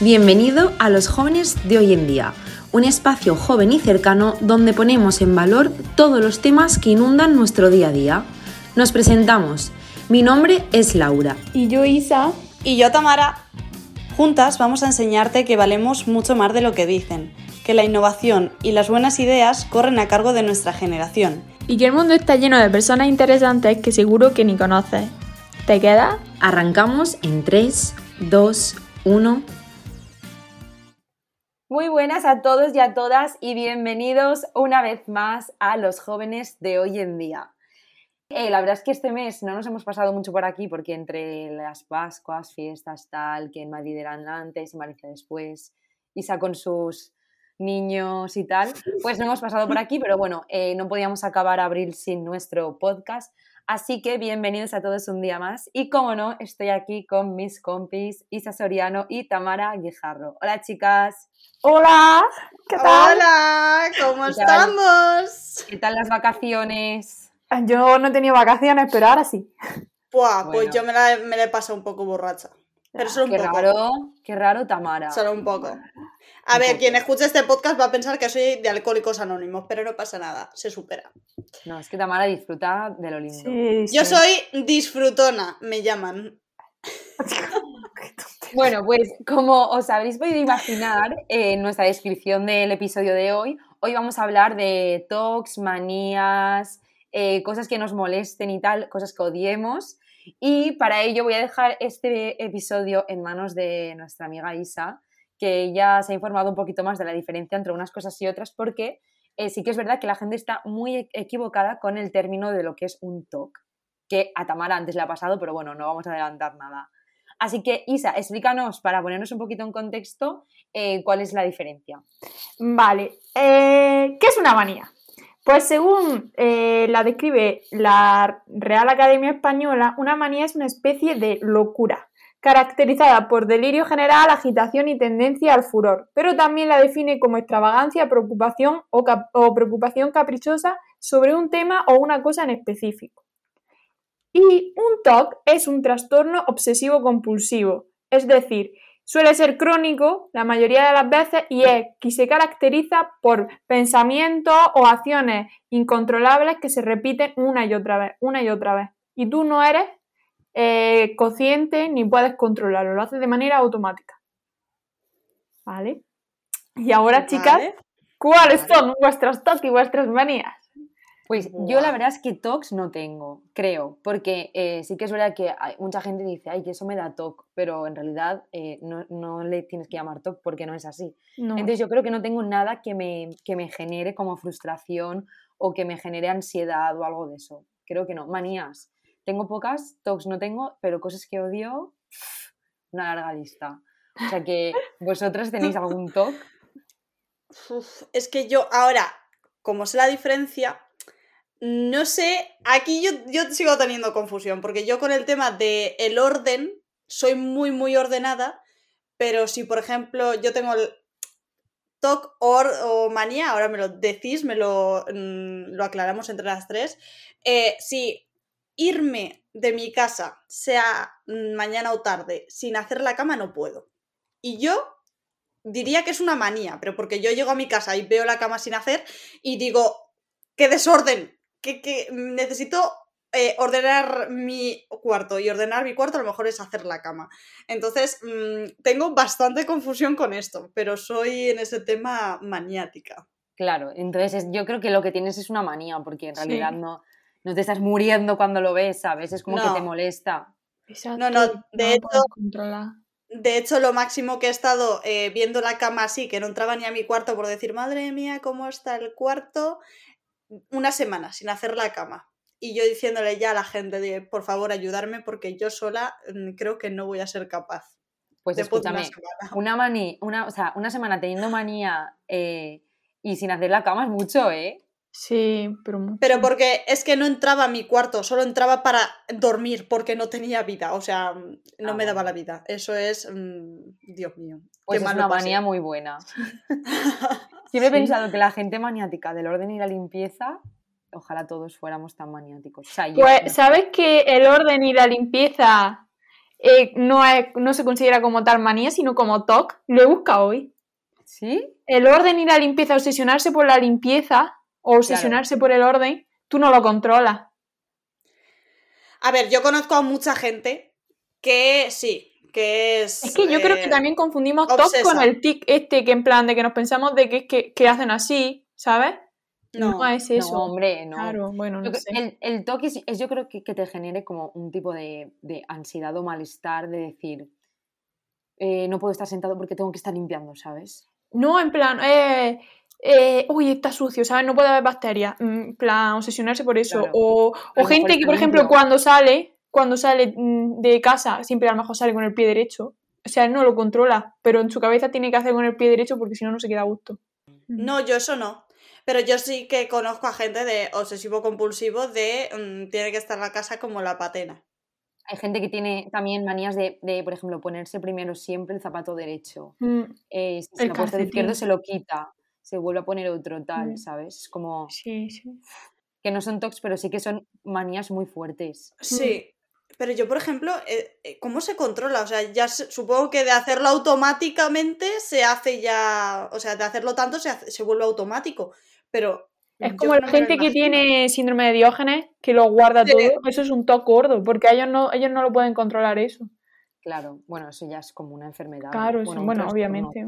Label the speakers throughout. Speaker 1: Bienvenido a Los Jóvenes de Hoy en Día, un espacio joven y cercano donde ponemos en valor todos los temas que inundan nuestro día a día. Nos presentamos. Mi nombre es Laura.
Speaker 2: Y yo, Isa.
Speaker 3: Y yo, Tamara. Juntas vamos a enseñarte que valemos mucho más de lo que dicen, que la innovación y las buenas ideas corren a cargo de nuestra generación.
Speaker 2: Y que el mundo está lleno de personas interesantes que seguro que ni conoces. ¿Te quedas?
Speaker 1: Arrancamos en 3, 2, 1.
Speaker 4: Muy buenas a todos y a todas y bienvenidos una vez más a los jóvenes de hoy en día. Eh, la verdad es que este mes no nos hemos pasado mucho por aquí porque entre las Pascuas, fiestas, tal, que en Madrid eran antes, en Valencia después, Isa con sus niños y tal, pues no hemos pasado por aquí, pero bueno, eh, no podíamos acabar abril sin nuestro podcast. Así que bienvenidos a todos un día más. Y como no, estoy aquí con mis compis Isa Soriano y Tamara Guijarro. Hola chicas.
Speaker 2: Hola, ¿qué tal?
Speaker 5: Hola, ¿cómo
Speaker 4: ¿Qué tal?
Speaker 5: estamos?
Speaker 4: ¿Qué tal las vacaciones?
Speaker 2: Yo no tenía vacaciones, pero ahora sí.
Speaker 5: Buah, pues
Speaker 4: Bueno.
Speaker 5: yo me la, me la he pasado un poco borracha. Pero solo un
Speaker 4: Qué
Speaker 5: poco.
Speaker 4: raro, qué raro Tamara.
Speaker 5: Solo un poco. A ver, quien escuche este podcast va a pensar que soy de Alcohólicos Anónimos, pero no pasa nada, se supera.
Speaker 4: No, es que Tamara disfruta de lo lindo.
Speaker 5: Yo soy disfrutona, me llaman.
Speaker 4: Bueno, pues como os habréis podido imaginar eh, en nuestra descripción del episodio de hoy, hoy vamos a hablar de tox, manías, eh, cosas que nos molesten y tal, cosas que odiemos. Y para ello voy a dejar este episodio en manos de nuestra amiga Isa, que ya se ha informado un poquito más de la diferencia entre unas cosas y otras, porque eh, sí que es verdad que la gente está muy e- equivocada con el término de lo que es un TOC, que a Tamara antes le ha pasado, pero bueno, no vamos a adelantar nada. Así que, Isa, explícanos, para ponernos un poquito en contexto, eh, cuál es la diferencia.
Speaker 2: Vale, eh, ¿qué es una manía? Pues según eh, la describe la Real Academia Española, una manía es una especie de locura, caracterizada por delirio general, agitación y tendencia al furor, pero también la define como extravagancia, preocupación o, cap- o preocupación caprichosa sobre un tema o una cosa en específico. Y un TOC es un trastorno obsesivo compulsivo, es decir, Suele ser crónico la mayoría de las veces y es que se caracteriza por pensamientos o acciones incontrolables que se repiten una y otra vez, una y otra vez. Y tú no eres eh, consciente ni puedes controlarlo, lo haces de manera automática. ¿Vale? Y ahora, chicas,
Speaker 5: Vale.
Speaker 2: ¿cuáles son vuestras TOC y vuestras manías?
Speaker 4: Pues yo la verdad es que TOCs no tengo, creo, porque eh, sí que es verdad que hay- mucha gente dice, ay, que eso me da TOC, pero en realidad eh, no, no le tienes que llamar TOC porque no es así.
Speaker 2: No.
Speaker 4: Entonces yo creo que no tengo nada que me, que me genere como frustración o que me genere ansiedad o algo de eso. Creo que no. Manías. Tengo pocas, TOCs no tengo, pero cosas que odio, una larga lista. O sea que vosotras tenéis algún TOC.
Speaker 5: Uf, es que yo ahora, como sé la diferencia, no sé, aquí yo, yo sigo teniendo confusión, porque yo con el tema del el orden soy muy, muy ordenada, pero si, por ejemplo, yo tengo el TOC or, o manía, ahora me lo decís, me lo, mm, lo aclaramos entre las tres, eh, si irme de mi casa, sea mm, mañana o tarde, sin hacer la cama, no puedo. Y yo diría que es una manía, pero porque yo llego a mi casa y veo la cama sin hacer y digo, qué desorden, que, que necesito eh, ordenar mi cuarto y ordenar mi cuarto a lo mejor es hacer la cama. Entonces, mm, tengo bastante confusión con esto, pero soy en ese tema maniática.
Speaker 4: Claro, entonces es- yo creo que lo que tienes es una manía, porque en
Speaker 2: Sí.
Speaker 4: realidad no, no te estás muriendo cuando lo ves, ¿sabes? Es como que te
Speaker 5: No.
Speaker 4: molesta.
Speaker 5: No, no, de
Speaker 2: puedes
Speaker 5: hecho-
Speaker 2: controlar.
Speaker 5: De hecho, lo máximo que he estado eh, viendo la cama así, que no entraba ni a mi cuarto por decir, madre mía, ¿cómo está el cuarto? Una semana sin hacer la cama. Y yo diciéndole ya a la gente, de, por favor, ayudarme porque yo sola mm, creo que no voy a ser capaz.
Speaker 4: Pues
Speaker 5: Después de una
Speaker 4: escúchame,
Speaker 5: semana.
Speaker 4: una manía, una, o sea, una semana teniendo manía eh, y sin hacer la cama es mucho, ¿eh?
Speaker 2: Sí, pero mucho.
Speaker 5: Pero porque es que no entraba a mi cuarto, solo entraba para dormir porque no tenía vida. O sea, mm, no
Speaker 4: Ah,
Speaker 5: me daba
Speaker 4: bueno.
Speaker 5: la vida. Eso es, mm, Dios mío.
Speaker 4: Pues
Speaker 5: qué
Speaker 4: es
Speaker 5: mal
Speaker 4: una
Speaker 5: lo pasé.
Speaker 4: manía muy buena. Siempre he pensado que la gente maniática del orden y la limpieza, ojalá todos fuéramos tan maniáticos. O sea, yo,
Speaker 2: Pues, ¿sabes que el orden y la limpieza eh, no, es- no se considera como tal manía, sino como TOC. Lo he buscado hoy.
Speaker 4: ¿Sí?
Speaker 2: El orden y la limpieza, obsesionarse por la limpieza o obsesionarse por el orden, tú no lo controlas.
Speaker 5: A ver, yo conozco a mucha gente que sí, que es.
Speaker 2: Es que yo creo
Speaker 5: eh,
Speaker 2: que también confundimos TOC
Speaker 5: obsesa.
Speaker 2: con el tic este, que en plan de que nos pensamos de que es que, que hacen así, ¿sabes?
Speaker 5: No,
Speaker 2: es
Speaker 4: No,
Speaker 2: eso.
Speaker 4: hombre, no.
Speaker 2: Claro, bueno, no
Speaker 4: Yo creo-
Speaker 2: sé.
Speaker 4: El, el toque es, es yo creo que, que te genere como un tipo de, de ansiedad o malestar de decir, eh, no puedo estar sentado porque tengo que estar limpiando, ¿sabes?
Speaker 2: No, en plan, eh, eh, uy, está sucio, ¿sabes? No puede haber bacterias. Mm, En plan, obsesionarse por eso.
Speaker 4: Claro.
Speaker 2: O,
Speaker 4: A
Speaker 2: o
Speaker 4: lo mejor
Speaker 2: gente que,
Speaker 4: está
Speaker 2: por ejemplo,
Speaker 4: limpio.
Speaker 2: cuando sale, cuando sale mm, de casa, siempre a lo mejor sale con el pie derecho. O sea, él no lo controla, pero en su cabeza tiene que hacer con el pie derecho porque si no, no se queda a gusto.
Speaker 5: No, yo eso no. Pero yo sí que conozco a gente de obsesivo compulsivo de mm, tiene que estar la casa como la patena.
Speaker 4: Hay gente que tiene también manías de, de, por ejemplo, ponerse primero siempre el zapato derecho.
Speaker 2: Mm,
Speaker 4: Eh, si
Speaker 2: El
Speaker 4: se lo ha puesto el izquierdo,
Speaker 2: calcetín.
Speaker 4: se lo quita. Se vuelve a poner otro
Speaker 2: Mm.
Speaker 4: tal, ¿sabes? Es como
Speaker 2: sí, sí.
Speaker 4: que no son tocs, pero sí que son manías muy fuertes.
Speaker 2: Mm.
Speaker 5: Sí. Pero yo, por ejemplo, eh, eh, ¿cómo se controla? O sea, ya se- supongo que de hacerlo automáticamente se hace ya. O sea, de hacerlo tanto se, hace- se vuelve automático. Pero.
Speaker 2: Es
Speaker 5: yo
Speaker 2: como la
Speaker 5: no me lo
Speaker 2: gente que
Speaker 5: imagino.
Speaker 2: tiene síndrome de Diógenes, que lo guarda
Speaker 5: Sí.
Speaker 2: todo. Eso es un toque gordo, porque ellos no, ellos no lo pueden controlar eso.
Speaker 4: Claro, bueno, eso ya es como una enfermedad. ¿no?
Speaker 2: Claro, eso-
Speaker 4: un
Speaker 2: bueno
Speaker 4: trastorno.
Speaker 2: obviamente.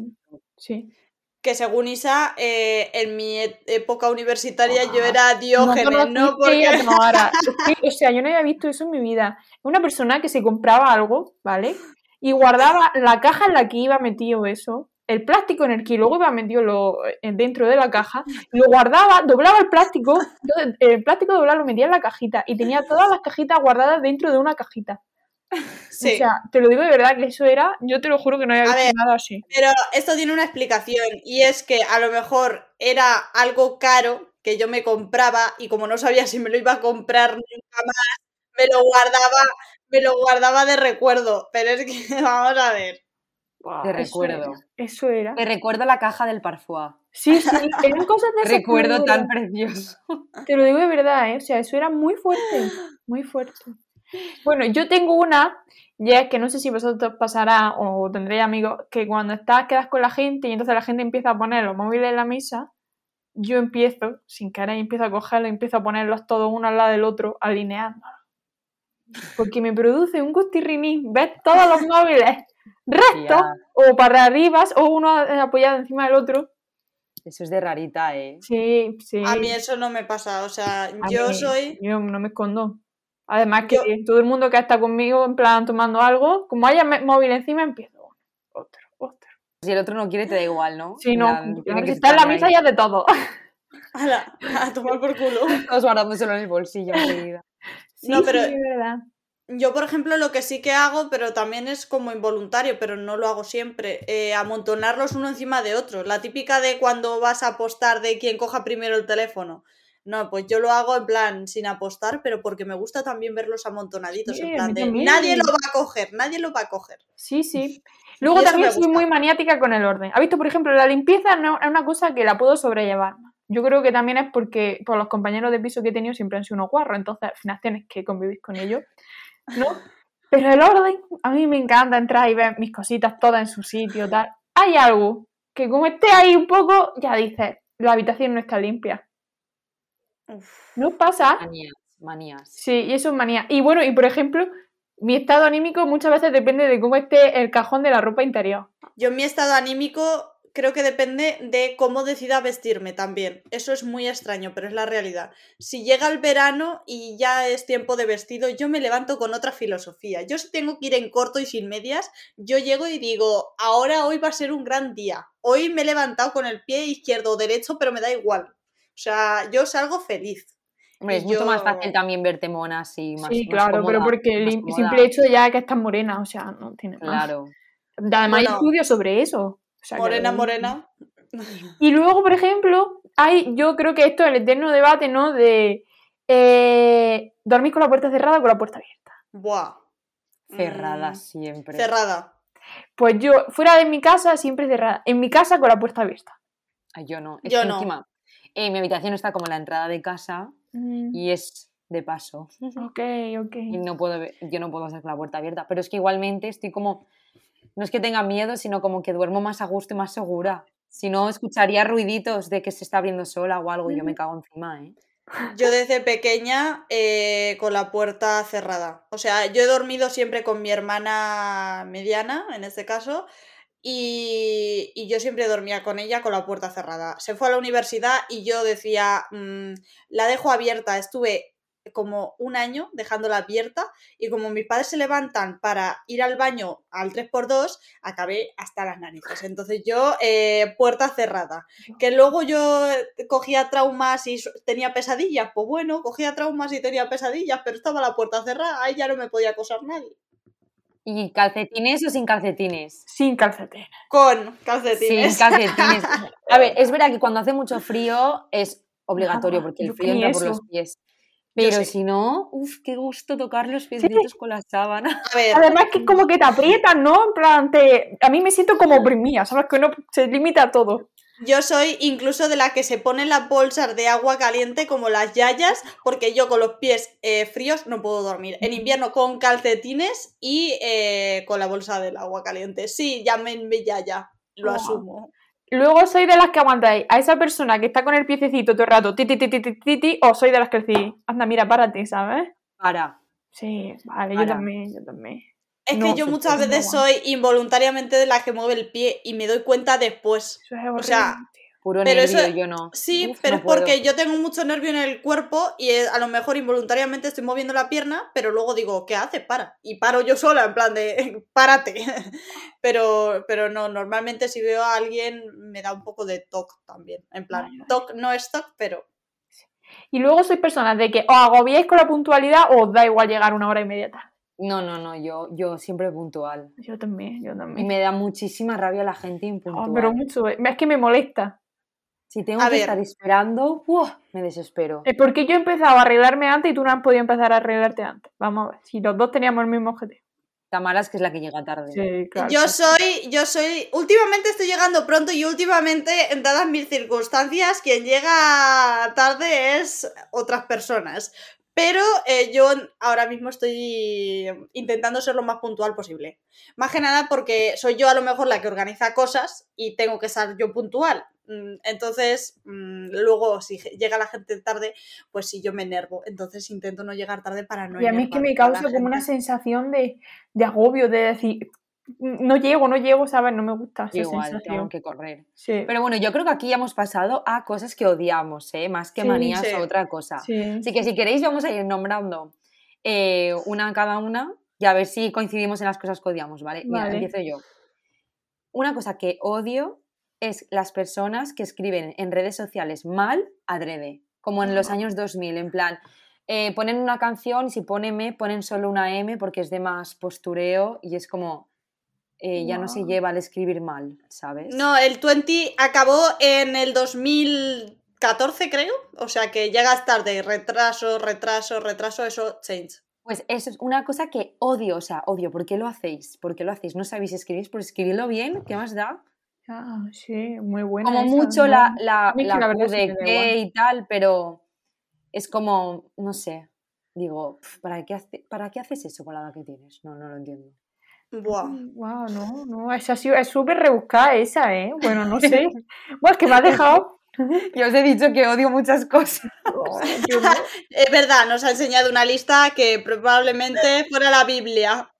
Speaker 2: Sí.
Speaker 5: que según Isa, eh, en mi e- época universitaria yo era diógenes,
Speaker 2: conociste
Speaker 5: ¿no? Porque...
Speaker 2: a Tamara. Sí, o sea, yo no había visto eso en mi vida. Una persona que se compraba algo, ¿vale? Y guardaba la caja en la que iba metido eso, el plástico en el que luego iba metido lo, eh, dentro de la caja, lo guardaba, doblaba el plástico, entonces, el plástico doblado lo metía en la cajita y tenía todas las cajitas guardadas dentro de una cajita.
Speaker 5: Sí,
Speaker 2: O sea, te lo digo de verdad que eso era, yo te lo juro que no había
Speaker 5: A
Speaker 2: visto
Speaker 5: ver,
Speaker 2: nada así.
Speaker 5: pero esto tiene una explicación y es que a lo mejor era algo caro que yo me compraba y como no sabía si me lo iba a comprar nunca más, me lo guardaba, me lo guardaba de recuerdo, pero es que vamos a ver.
Speaker 4: Te
Speaker 2: Eso
Speaker 4: recuerdo.
Speaker 2: era, Eso era.
Speaker 4: Te recuerdo la caja del parfois.
Speaker 2: Sí, sí, eran cosas de esas que
Speaker 4: Recuerdo
Speaker 2: no
Speaker 4: tan precioso.
Speaker 2: Te lo digo de verdad, ¿eh? O sea, eso era muy fuerte, muy fuerte. Bueno, yo tengo una, ya es que no sé si vosotros pasará o tendréis amigos, que cuando estás, quedas con la gente y entonces la gente empieza a poner los móviles en la mesa, yo empiezo, sin querer, empiezo a cogerlos, empiezo a ponerlos todos uno al lado del otro, alineándolos. Porque me produce un gustirrinín, ves todos los móviles rectos
Speaker 4: Ya.
Speaker 2: o para arriba o uno eh, apoyado encima del otro.
Speaker 4: Eso es de rarita, ¿eh?
Speaker 2: Sí, sí.
Speaker 5: A mí eso no me pasa, o sea,
Speaker 2: Mm. A
Speaker 5: yo
Speaker 2: mí-
Speaker 5: soy...
Speaker 2: Yo no me escondo. Además que
Speaker 5: Yo-
Speaker 2: todo el mundo que está conmigo, en plan tomando algo, como haya me- móvil encima, empiezo uno, otro, otro.
Speaker 4: Si el otro no quiere, te da igual, ¿no?
Speaker 2: Si
Speaker 4: En
Speaker 2: no,
Speaker 4: plan, tiene
Speaker 2: si
Speaker 4: que
Speaker 2: está en la
Speaker 4: estar ahí,
Speaker 2: mesa ya de todo.
Speaker 5: Ala, a tomar por culo.
Speaker 4: Todos guardándoselo en el bolsillo enseguida.
Speaker 2: Sí,
Speaker 5: No, pero-
Speaker 2: sí, es verdad.
Speaker 5: Yo, por ejemplo, lo que sí que hago, pero también es como involuntario, pero no lo hago siempre, eh, amontonarlos uno encima de otro. La típica de cuando vas a apostar de quién coja primero el teléfono. No, pues yo lo hago en plan sin apostar, pero porque me gusta también verlos amontonaditos.
Speaker 2: Sí,
Speaker 5: en
Speaker 2: a
Speaker 5: plan
Speaker 2: mí
Speaker 5: de
Speaker 2: también.
Speaker 5: nadie lo va a coger, nadie lo va a coger.
Speaker 2: Sí, sí. Luego
Speaker 5: eso
Speaker 2: también
Speaker 5: me
Speaker 2: soy
Speaker 5: gusta.
Speaker 2: muy maniática con el orden. ¿Has visto, por ejemplo, la limpieza no es una cosa que la puedo sobrellevar? Yo creo que también es porque por los compañeros de piso que he tenido siempre han sido unos guarros, entonces al final tienes que convivir con ellos, ¿no? Pero el orden, a mí me encanta entrar y ver mis cositas todas en su sitio, tal. Hay algo que como esté ahí un poco, ya dices, la habitación no está limpia. ¿No pasa?
Speaker 4: Manías, manías.
Speaker 2: Sí, y eso es manía. Y bueno, y por ejemplo, mi estado anímico muchas veces depende de cómo esté el cajón de la ropa interior.
Speaker 5: Yo en mi estado anímico creo que depende de cómo decida vestirme también. Eso es muy extraño, pero es la realidad. Si llega el verano y ya es tiempo de vestido, yo me levanto con otra filosofía. Yo si tengo que ir en corto y sin medias, yo llego y digo, ahora hoy va a ser un gran día. Hoy me he levantado con el pie izquierdo o derecho, pero me da igual. O sea, yo salgo feliz.
Speaker 4: Hombre,
Speaker 5: Y
Speaker 4: es mucho más
Speaker 5: yo-
Speaker 4: fácil también verte mona así, más
Speaker 2: sí,
Speaker 4: más
Speaker 2: claro, pero
Speaker 4: cómoda,
Speaker 2: porque el
Speaker 4: más
Speaker 2: im-
Speaker 4: cómoda.
Speaker 2: simple hecho ya que estás morena, o sea, no tiene más.
Speaker 4: Claro.
Speaker 2: Además, hay
Speaker 5: Bueno.
Speaker 2: estudios sobre eso. o sea, que
Speaker 5: Morena,
Speaker 2: realmente-
Speaker 5: morena.
Speaker 2: Y luego, por ejemplo, hay, yo creo que esto es el eterno debate, ¿no? De eh, dormir con la puerta cerrada o con la puerta abierta.
Speaker 5: Buah.
Speaker 2: Ah.
Speaker 5: Mm,
Speaker 4: Cerrada siempre.
Speaker 5: Cerrada.
Speaker 2: Pues yo, fuera de mi casa, siempre cerrada. En mi casa, con la puerta abierta.
Speaker 4: Ay, yo no. Es
Speaker 5: Yo
Speaker 4: que
Speaker 5: no.
Speaker 4: encima, eh, mi habitación está como la entrada de casa y es de paso.
Speaker 2: Ok, ok.
Speaker 4: Y no puedo, ver- yo no puedo hacer con la puerta abierta, pero es que igualmente estoy como, no es que tenga miedo, sino como que duermo más a gusto y más segura. Si no, escucharía ruiditos de que se está abriendo sola o algo y yo me cago encima, ¿eh?
Speaker 5: Yo desde pequeña eh, con la puerta cerrada. O sea, yo he dormido siempre con mi hermana mediana, en este caso, y, y yo siempre dormía con ella con la puerta cerrada. Se fue a la universidad y yo decía, "Mm, la dejo abierta. Estuve como un año dejándola abierta y como mis padres se levantan para ir al baño al 3x2, acabé hasta las narices. Entonces yo, eh, puerta cerrada. Que luego yo eh, cogía traumas y su- tenía pesadillas. Pues bueno, cogía traumas y tenía pesadillas, pero estaba la puerta cerrada, ahí ya no me podía acosar nadie.
Speaker 4: ¿Y calcetines o sin calcetines?
Speaker 2: Sin calcetín.
Speaker 5: Con
Speaker 4: Sin
Speaker 5: calcetines.
Speaker 4: calcetines. A ver, es verdad que cuando hace mucho frío es obligatorio
Speaker 2: Ah,
Speaker 4: porque el
Speaker 2: yo
Speaker 4: frío
Speaker 2: ni
Speaker 4: entra por los
Speaker 2: eso.
Speaker 4: pies.
Speaker 5: Yo
Speaker 4: Pero
Speaker 5: sí.
Speaker 4: si no, uff, qué gusto tocar los pies con la sábana.
Speaker 5: A ver,
Speaker 2: Además que como que te aprietan, ¿no? En plan, te- a mí me siento como oprimida, ¿sabes? Que uno se limita a todo.
Speaker 5: yo soy incluso de la que se pone las bolsas de agua caliente como las yayas, porque yo con los pies eh, fríos no puedo dormir.
Speaker 2: Mm.
Speaker 5: En invierno con calcetines y eh, con la bolsa del agua caliente. Sí, llámenme yaya, lo
Speaker 2: Guau.
Speaker 5: asumo.
Speaker 2: Luego soy de las que aguantáis a esa persona que está con el piececito todo el rato, ti, ti, ti, ti, ti, ti, ti, o soy de las que decís, anda, mira, párate, ¿sabes?
Speaker 4: Para.
Speaker 2: Sí, vale, yo
Speaker 4: Para.
Speaker 2: también, yo también.
Speaker 5: Es
Speaker 2: No,
Speaker 5: que yo
Speaker 2: sí,
Speaker 5: muchas
Speaker 2: pues, no
Speaker 5: veces soy involuntariamente de la que mueve el pie y me doy cuenta después.
Speaker 2: Eso es horrible.
Speaker 5: sea,
Speaker 2: tío.
Speaker 4: Puro
Speaker 5: Pero
Speaker 4: nervio,
Speaker 5: eso-
Speaker 4: yo no.
Speaker 5: Sí,
Speaker 4: Uf,
Speaker 5: pero
Speaker 4: no
Speaker 5: es
Speaker 4: puedo.
Speaker 5: porque yo tengo mucho nervio en el cuerpo y eh, a lo mejor involuntariamente estoy moviendo la pierna, pero luego digo, ¿qué haces? Para. Y paro yo sola, en plan de, párate. Pero, pero no, normalmente si veo a alguien me da un poco de toc también. En plan,
Speaker 2: Vale, vale.
Speaker 5: toc no es toc, pero
Speaker 2: Y luego sois personas de que os agobiáis con la puntualidad o os da igual llegar una hora inmediata.
Speaker 4: No, no, no, yo, yo siempre puntual.
Speaker 2: Yo también, yo
Speaker 4: Y
Speaker 2: también.
Speaker 4: me da muchísima rabia la gente
Speaker 2: Mm. Ah,
Speaker 4: impuntual.
Speaker 2: pero mucho, eh. es que me molesta.
Speaker 4: Si tengo
Speaker 5: A
Speaker 4: que
Speaker 5: ver.
Speaker 4: estar esperando, ¡buah! me desespero.
Speaker 2: Es porque yo he empezado a arreglarme antes y tú no has podido empezar a arreglarte antes. Vamos a ver, si los dos teníamos el mismo objetivo.
Speaker 4: Tamara es que es la que llega tarde.
Speaker 2: Sí, claro.
Speaker 5: yo soy, yo soy, últimamente estoy llegando pronto y últimamente, en dadas mis circunstancias, quien llega tarde es otras personas. Pero eh, yo ahora mismo estoy intentando ser lo más puntual posible. Más que nada porque soy yo a lo mejor la que organiza cosas y tengo que ser yo puntual. Mm, Entonces, mm, luego si je- llega la gente tarde, pues sí, yo me enervo. Entonces intento no llegar tarde para no
Speaker 2: Y a mí es que me
Speaker 5: enervar a la
Speaker 2: causa como una
Speaker 5: gente.
Speaker 2: sensación de, de agobio, de decir, no llego, no llego, ¿sabes? No me gusta esa
Speaker 4: Igual, tengo
Speaker 2: sensación.
Speaker 4: que correr.
Speaker 2: Sí,
Speaker 4: Pero bueno, yo creo que aquí ya hemos pasado a cosas que odiamos, ¿eh? más que
Speaker 2: Sí,
Speaker 4: manías
Speaker 5: sí.
Speaker 4: a otra cosa.
Speaker 2: sí.
Speaker 4: Así que si queréis vamos a ir nombrando eh, una cada una y a ver si coincidimos en las cosas que odiamos, ¿vale? Mira,
Speaker 2: Vale.
Speaker 4: empiezo yo. Una cosa que odio es las personas que escriben en redes sociales mal adrede, como en los años 2000, en plan, eh, ponen una canción y si ponen M, ponen solo una M porque es de más postureo y es como, eh, ya no se
Speaker 2: Guau.
Speaker 4: lleva al escribir mal, ¿sabes?
Speaker 5: No, el 20 acabó en el 2014, creo. O sea que llegas tarde, retraso, retraso, retraso, eso, change.
Speaker 4: Pues eso es una cosa que odio, o sea, odio, ¿por qué lo hacéis? ¿Por qué lo hacéis? No sabéis escribir, por escribirlo bien, ¿qué más da?
Speaker 2: Ah, sí, muy buena.
Speaker 4: como
Speaker 2: esa,
Speaker 4: mucho
Speaker 2: ¿no?
Speaker 4: la, la,
Speaker 2: mí es que
Speaker 4: la
Speaker 2: la verdad
Speaker 4: Q
Speaker 2: sí
Speaker 4: de
Speaker 2: me da
Speaker 4: qué
Speaker 2: igual.
Speaker 4: y tal, pero es como, no sé, digo, "Pf, ¿para qué, hace- ¿para qué haces eso con la edad que tienes? No, no lo entiendo.
Speaker 5: Buah.
Speaker 2: Wow, no, no, esa ha sido- es súper rebuscada esa, ¿eh? Bueno, no sé. Bueno, es que me ha dejado. oh,
Speaker 4: Yo os he dicho que odio muchas cosas.
Speaker 5: Es verdad, nos ha enseñado una lista que probablemente fuera la Biblia.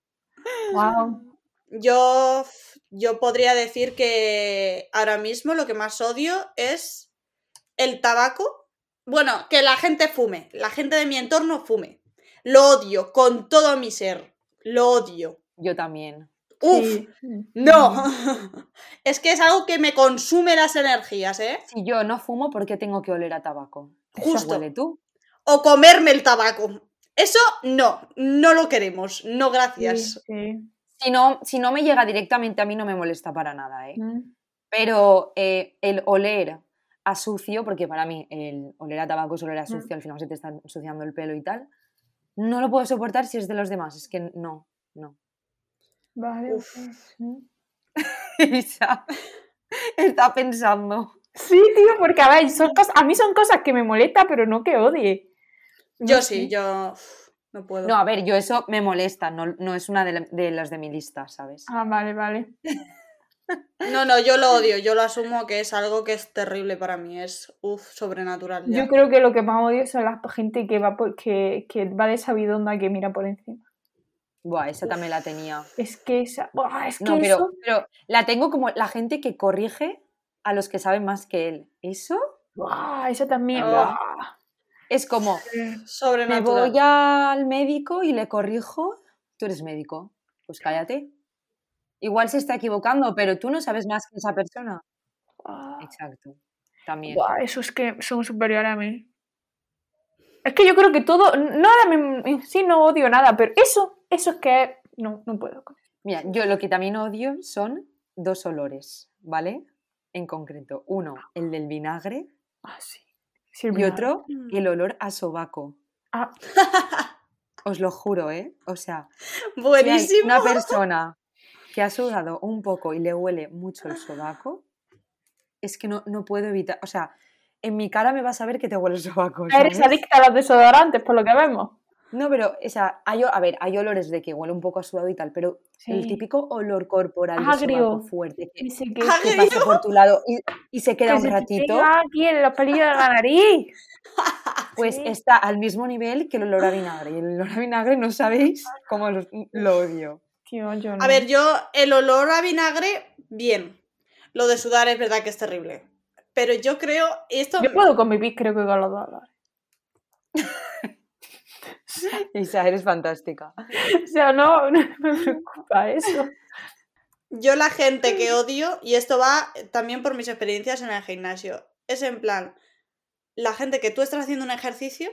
Speaker 2: wow.
Speaker 5: Yo, yo podría decir que ahora mismo lo que más odio es el tabaco. Bueno, que la gente fume, la gente de mi entorno fume. Lo odio con todo mi ser. Lo odio.
Speaker 4: Yo también.
Speaker 5: Uf, No,
Speaker 4: Mm.
Speaker 5: es que es algo que me consume las energías, ¿eh?
Speaker 4: Si yo no fumo, ¿por qué tengo que oler a tabaco? Eso
Speaker 5: Justo.
Speaker 4: huele tú.
Speaker 5: O comerme el tabaco. Eso no, no lo queremos, no gracias.
Speaker 4: Si no, si no me llega directamente a mí, no me molesta para nada, ¿eh?
Speaker 2: Mm,
Speaker 4: Pero eh, el oler a sucio, porque para mí el oler a tabaco es oler
Speaker 2: Mm.
Speaker 4: a sucio, al final se te está ensuciando el pelo y tal, no lo puedo soportar si es de los demás, es que no, no.
Speaker 2: Vale.
Speaker 5: Uf.
Speaker 2: ok.
Speaker 4: Isa está pensando.
Speaker 2: Sí, tío, porque a ver, son cosas, a mí son cosas que me molesta, pero no que odie.
Speaker 5: Yo sí, yo uf, no puedo.
Speaker 4: No, a ver, yo eso me molesta, no, no es una de, la- de las de mi lista, ¿sabes?
Speaker 2: Ah, vale, vale.
Speaker 5: No, no, yo lo odio, yo lo asumo que es algo que es terrible para mí, es uff, sobrenatural. ya.
Speaker 2: Yo creo que lo que más odio son la gente que va por- que, que va de sabidonda que mira por encima.
Speaker 4: Buah, esa también la tenía.
Speaker 2: Es que esa. Buah, es que
Speaker 4: No, pero,
Speaker 2: eso-
Speaker 4: pero la tengo como la gente que corrige a los que saben más que él. ¿Eso?
Speaker 2: buah, esa también.
Speaker 5: Ah.
Speaker 2: buah.
Speaker 4: Es como, me
Speaker 5: Sobrenatural.
Speaker 4: voy al médico y le corrijo. Tú eres médico, pues cállate. Igual se está equivocando, pero tú no sabes más que esa persona.
Speaker 2: Buah.
Speaker 4: Exacto. También.
Speaker 2: Buah, eso es que son superiores a mí. Es que yo creo que todo. No, ahora mismo en sí no odio nada, pero eso, eso es que. No, no puedo con eso.
Speaker 4: Mira, yo lo que también odio son dos olores, ¿vale? En concreto, uno, el del vinagre
Speaker 2: Ah, sí. Sí,
Speaker 4: y
Speaker 2: mira.
Speaker 4: otro, el olor a sobaco.
Speaker 2: Ah,
Speaker 4: Os lo juro, ¿eh? O sea, si hay
Speaker 5: Buenísimo.
Speaker 4: una persona que ha sudado un poco y le huele mucho el sobaco, es que no, no puedo evitar, o sea, en mi cara me vas a ver que te huele el sobaco.
Speaker 2: eres
Speaker 4: ¿sabes?
Speaker 2: adicta a los desodorantes, por lo que vemos.
Speaker 4: No, pero, o sea, hay, o- a ver, hay olores de que huele un poco a sudado y tal, pero el
Speaker 2: Sí.
Speaker 4: típico olor corporal de
Speaker 2: Agrio.
Speaker 4: sobaco fuerte que,
Speaker 2: Dice que,
Speaker 5: Ah,
Speaker 4: que pasa por tu lado y, y se queda
Speaker 2: que
Speaker 4: un
Speaker 2: se te
Speaker 4: ratito,
Speaker 2: pega aquí en los pelillos de la nariz.
Speaker 4: pues
Speaker 2: sí.
Speaker 4: está al mismo nivel que el olor a vinagre. Y el olor a vinagre no sabéis cómo lo, lo odio.
Speaker 2: Tío, yo no.
Speaker 5: A ver, yo el olor a vinagre, bien. Lo de sudar es verdad que es terrible. Pero yo creo, esto
Speaker 2: Yo puedo convivir, creo que con los dos olores.
Speaker 4: Isa, eres fantástica.
Speaker 2: O sea, no, no me preocupa eso.
Speaker 5: Yo la gente que odio, y esto va también por mis experiencias en el gimnasio, es en plan, la gente que tú estás haciendo un ejercicio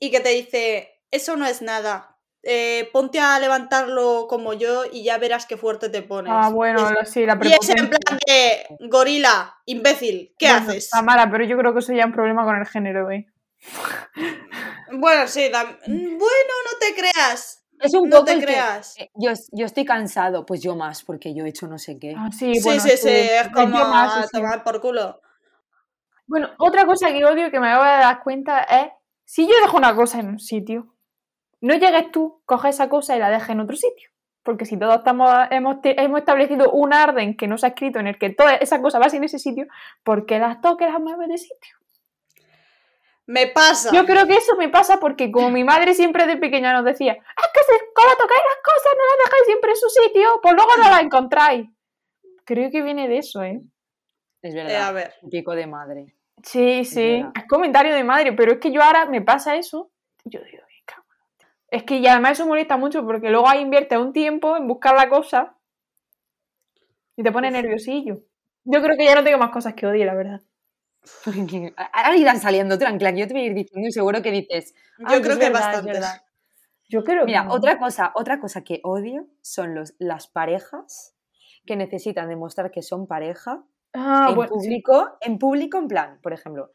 Speaker 5: y que te dice, eso no es nada, eh, ponte a levantarlo como yo y ya verás qué fuerte te pones.
Speaker 2: Ah, bueno,
Speaker 5: Pues, Y
Speaker 2: lo- sí, la
Speaker 5: es- y es,
Speaker 2: preocupación.
Speaker 5: en plan de, gorila, imbécil, ¿qué haces?
Speaker 2: Tamara, pero yo creo que eso ya es un problema con el género, ¿eh?
Speaker 5: Bueno, sí, dam- mm, bueno, no te creas,
Speaker 4: Es un
Speaker 5: no
Speaker 4: poco
Speaker 5: te
Speaker 4: el que,
Speaker 5: creas.
Speaker 4: eh, yo, es- yo estoy cansado, pues yo más, porque yo he hecho no sé qué.
Speaker 2: Ah, sí,
Speaker 5: Sí,
Speaker 2: bueno,
Speaker 5: sí, sí, es
Speaker 2: Yo
Speaker 5: como
Speaker 2: más, sí,
Speaker 5: a
Speaker 2: sí.
Speaker 5: tomar por culo.
Speaker 2: Bueno, otra cosa que odio que me acabo de dar cuenta es si yo dejo una cosa en un sitio, no llegues tú, coges esa cosa y la dejas en otro sitio. Porque si todos estamos, hemos, te- hemos establecido un orden que no se ha escrito en el que toda esa cosa va en ese sitio, ¿por qué las toques las mueves de sitio?
Speaker 5: Me pasa.
Speaker 2: Yo creo que eso me pasa porque como mi madre siempre de pequeña nos decía, es que se, ¿cómo tocáis las cosas? No las dejáis siempre en su sitio, pues luego no las encontráis. Creo que viene de eso, ¿eh?
Speaker 4: Es
Speaker 5: Eh, a
Speaker 4: verdad,
Speaker 5: ver.
Speaker 4: un pico de madre.
Speaker 2: Sí, sí.
Speaker 4: verdad.
Speaker 2: Es comentario de madre, pero es que yo ahora me pasa eso. Y yo digo, "Ay, cabrón". Es que y además eso molesta mucho porque luego ahí invierte un tiempo en buscar la cosa y te pone nerviosillo. Yo creo que ya no tengo más cosas que odiar, la verdad.
Speaker 4: Ahora irán saliendo, tranquila, que yo te voy a ir diciendo y seguro que dices.
Speaker 2: Ah,
Speaker 5: Yo
Speaker 4: "Ay,
Speaker 5: creo
Speaker 4: es
Speaker 5: que
Speaker 4: verdad, es
Speaker 5: bastantes.
Speaker 4: verdad".
Speaker 2: Yo creo
Speaker 4: Mira,
Speaker 2: que. no.
Speaker 4: otra cosa, otra cosa que odio son los, las parejas que necesitan demostrar que son pareja
Speaker 2: Ah,
Speaker 4: en
Speaker 2: bueno, sí.
Speaker 4: público, en público en plan, por ejemplo,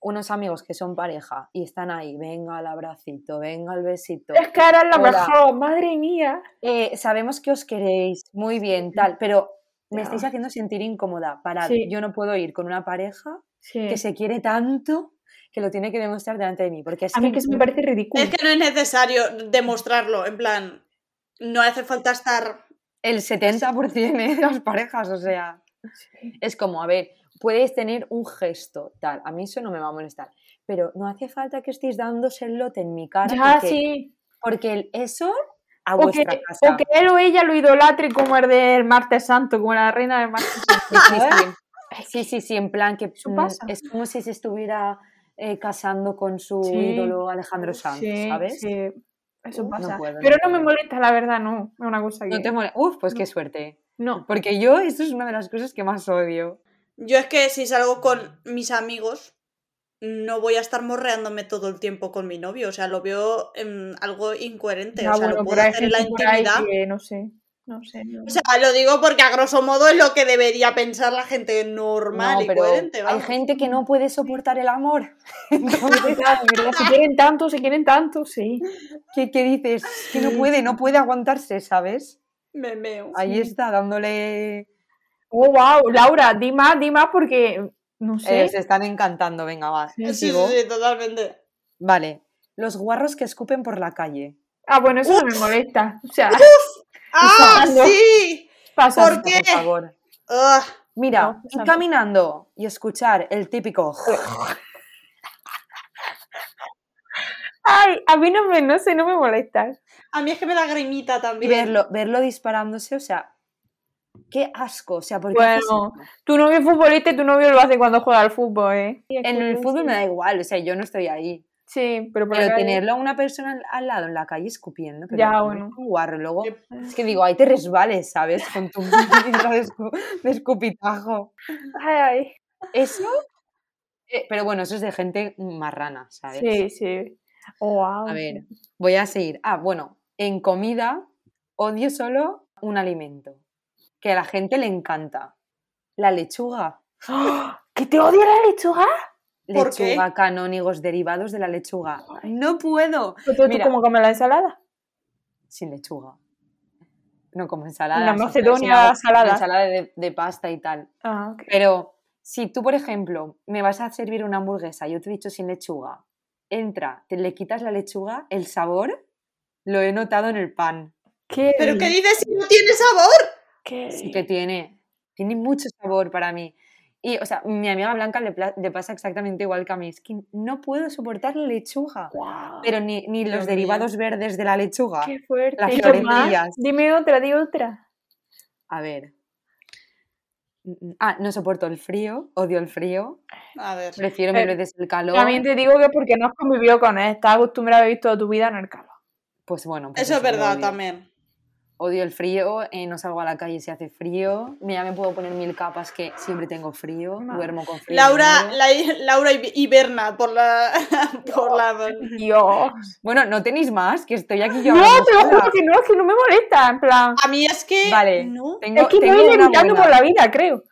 Speaker 4: unos amigos que son pareja y están ahí, venga el abracito, venga el besito.
Speaker 2: Es que ahora es la
Speaker 4: Hola.
Speaker 2: mejor, madre mía.
Speaker 4: eh, sabemos que os queréis, muy bien, tal, pero me
Speaker 2: Ya.
Speaker 4: estáis haciendo sentir incómoda. Parad,
Speaker 2: Sí.
Speaker 4: yo no puedo ir con una pareja
Speaker 2: Sí.
Speaker 4: que se quiere tanto que lo tiene que demostrar delante de mí. Porque es
Speaker 2: A mí que eso me parece ridículo.
Speaker 5: Es que no es necesario demostrarlo, en plan, no hace falta estar...
Speaker 4: el 70% de las parejas, o sea.
Speaker 2: Sí.
Speaker 4: Es como, a ver, puedes tener un gesto, tal, a mí eso no me va a molestar, pero no hace falta que estéis dándose el lote en mi cara,
Speaker 2: Ya,
Speaker 4: porque,
Speaker 2: sí.
Speaker 4: porque el- eso a
Speaker 2: O que,
Speaker 4: vuestra casa.
Speaker 2: o que él o ella lo idolatre como el del martes santo, como la reina del martes santo.
Speaker 4: Sí, sí, sí. Sí, sí, sí, en plan que
Speaker 2: Eso
Speaker 4: mm,
Speaker 2: pasa.
Speaker 4: es como si se estuviera eh, casando con su
Speaker 2: Sí.
Speaker 4: ídolo Alejandro Sanz,
Speaker 2: Sí,
Speaker 4: ¿sabes?
Speaker 2: sí. Eso
Speaker 4: No
Speaker 2: pasa.
Speaker 4: puedo,
Speaker 2: Pero no
Speaker 4: no
Speaker 2: me
Speaker 4: puedo.
Speaker 2: molesta, la verdad, no. Es una cosa que.
Speaker 4: No te mole- Uf, pues qué suerte.
Speaker 2: no.
Speaker 4: Porque yo, eso es una de las cosas que más odio.
Speaker 5: Yo es que si salgo con mis amigos, no voy a estar morreándome todo el tiempo con mi novio, o sea, lo veo em, algo incoherente,
Speaker 2: Ya,
Speaker 5: o sea,
Speaker 2: Ah, bueno,
Speaker 5: lo puedo
Speaker 2: pero hay
Speaker 5: hacer en la
Speaker 2: gente por ahí
Speaker 5: intimidad.
Speaker 2: que no sé. No sé. no.
Speaker 5: O sea, lo digo porque a grosso modo es lo que debería pensar la gente normal
Speaker 4: No,
Speaker 5: y
Speaker 4: pero
Speaker 5: coherente,
Speaker 4: hay
Speaker 5: vamos.
Speaker 4: gente que no puede soportar el amor.
Speaker 2: Claro, Pues,
Speaker 4: Entonces,
Speaker 2: ah, de verdad, se quieren tanto, se quieren tanto, sí.
Speaker 4: ¿Qué, qué dices? Que no puede, no puede aguantarse, ¿sabes?
Speaker 5: Me meo.
Speaker 4: Ahí está, dándole...
Speaker 2: Oh, wow, Laura, di más, di más porque. No sé.
Speaker 4: Eh, se están encantando, venga, va.
Speaker 2: Sí,
Speaker 5: Sí, sí,
Speaker 4: sigo.
Speaker 5: sí, totalmente.
Speaker 4: Vale. Los guarros que escupen por la calle.
Speaker 2: Ah, bueno, eso no me molesta. O sea,
Speaker 5: ¡Ah,
Speaker 2: pasando.
Speaker 5: sí!
Speaker 2: pasa.
Speaker 5: ¿Por qué?
Speaker 4: Por favor.
Speaker 5: Ugh.
Speaker 4: Mira,
Speaker 2: No, pues
Speaker 4: ir
Speaker 2: no.
Speaker 4: caminando y escuchar el típico.
Speaker 2: Ay, a mí no me, no sé, no me molesta.
Speaker 5: A mí es que me da grimita
Speaker 4: y
Speaker 5: también.
Speaker 4: verlo, verlo disparándose, o sea, qué asco. O sea, porque
Speaker 2: Bueno, tu novio es futbolista y tu novio lo hace cuando juega al fútbol, ¿eh?
Speaker 4: en el fútbol me da igual, o sea, yo no estoy ahí.
Speaker 2: Sí, pero por
Speaker 4: Pero
Speaker 2: acá-
Speaker 4: tenerlo a una persona al- al lado en la calle escupiendo, pero
Speaker 2: Ya,
Speaker 4: no,
Speaker 2: bueno.
Speaker 4: es un guarro, luego
Speaker 5: Qué-
Speaker 4: es que digo, ahí te resbales, ¿sabes? Con tu pinta de escu- de escupitajo.
Speaker 2: Ay, ay.
Speaker 4: Eso, eh, pero bueno, eso es de gente marrana, ¿sabes?
Speaker 2: Sí, sí. Wow.
Speaker 4: A ver, voy a seguir. Ah, bueno, en comida odio solo un alimento que a la gente le encanta. La lechuga.
Speaker 2: ¿Que te odia la lechuga?
Speaker 5: ¿Por qué?
Speaker 4: Lechuga, canónigos, derivados de la lechuga. No puedo.
Speaker 2: Pero ¿Tú,
Speaker 4: Mira.
Speaker 2: cómo comes la ensalada?
Speaker 4: Sin lechuga. No como ensalada.
Speaker 2: Una
Speaker 4: sí, pero
Speaker 2: macedonia
Speaker 4: sí hago una
Speaker 2: salada.
Speaker 4: Ensalada de, de pasta y tal.
Speaker 2: Ah, ok.
Speaker 4: Pero si tú, por ejemplo, me vas a servir una hamburguesa, yo te he dicho sin lechuga, entra, te le quitas la lechuga, el sabor lo he notado en el pan.
Speaker 2: ¿Qué?
Speaker 5: ¿Pero qué dices si no tiene sabor?
Speaker 2: ¿Qué?
Speaker 4: Sí que tiene. Tiene mucho sabor para mí. Y, o sea, mi amiga Blanca le, pla- le pasa exactamente igual que a mí. Es que no puedo soportar la lechuga.
Speaker 2: Guau,
Speaker 4: Pero ni, ni los
Speaker 5: Dios mío.
Speaker 4: derivados verdes de la lechuga.
Speaker 2: qué fuerte.
Speaker 4: las
Speaker 2: ¿Y qué más?
Speaker 4: florecillas.
Speaker 2: Dime otra, di otra.
Speaker 4: A ver. Mm, mm. Ah, no soporto el frío. Odio el frío.
Speaker 5: A ver.
Speaker 4: Prefiero
Speaker 2: Eh,
Speaker 4: mil veces el calor.
Speaker 2: También te digo que porque no has convivido con él, estás acostumbrada a vivir toda tu vida en el calor.
Speaker 4: Pues bueno. pues
Speaker 5: Eso es
Speaker 4: lo
Speaker 5: verdad
Speaker 4: odio.
Speaker 5: también.
Speaker 4: Odio el frío. eh, no salgo a la calle si hace frío. Ya me puedo poner mil capas que siempre tengo frío.
Speaker 2: Madre.
Speaker 4: Duermo con frío. me
Speaker 5: Laura,
Speaker 4: muero.
Speaker 5: la, Laura hib- hiberna por la. por
Speaker 4: Oh.
Speaker 5: la
Speaker 2: Dios.
Speaker 4: Bueno, no tenéis más, que estoy aquí yo.
Speaker 2: No,
Speaker 4: hablando
Speaker 2: te lo
Speaker 4: sola.
Speaker 2: juro que no, que no me molesta, en plan.
Speaker 5: a mí es que.
Speaker 4: Vale.
Speaker 5: No.
Speaker 4: Tengo,
Speaker 2: Es que
Speaker 4: tengo
Speaker 2: voy
Speaker 4: una
Speaker 2: levitando
Speaker 4: buena,
Speaker 2: por la vida, creo.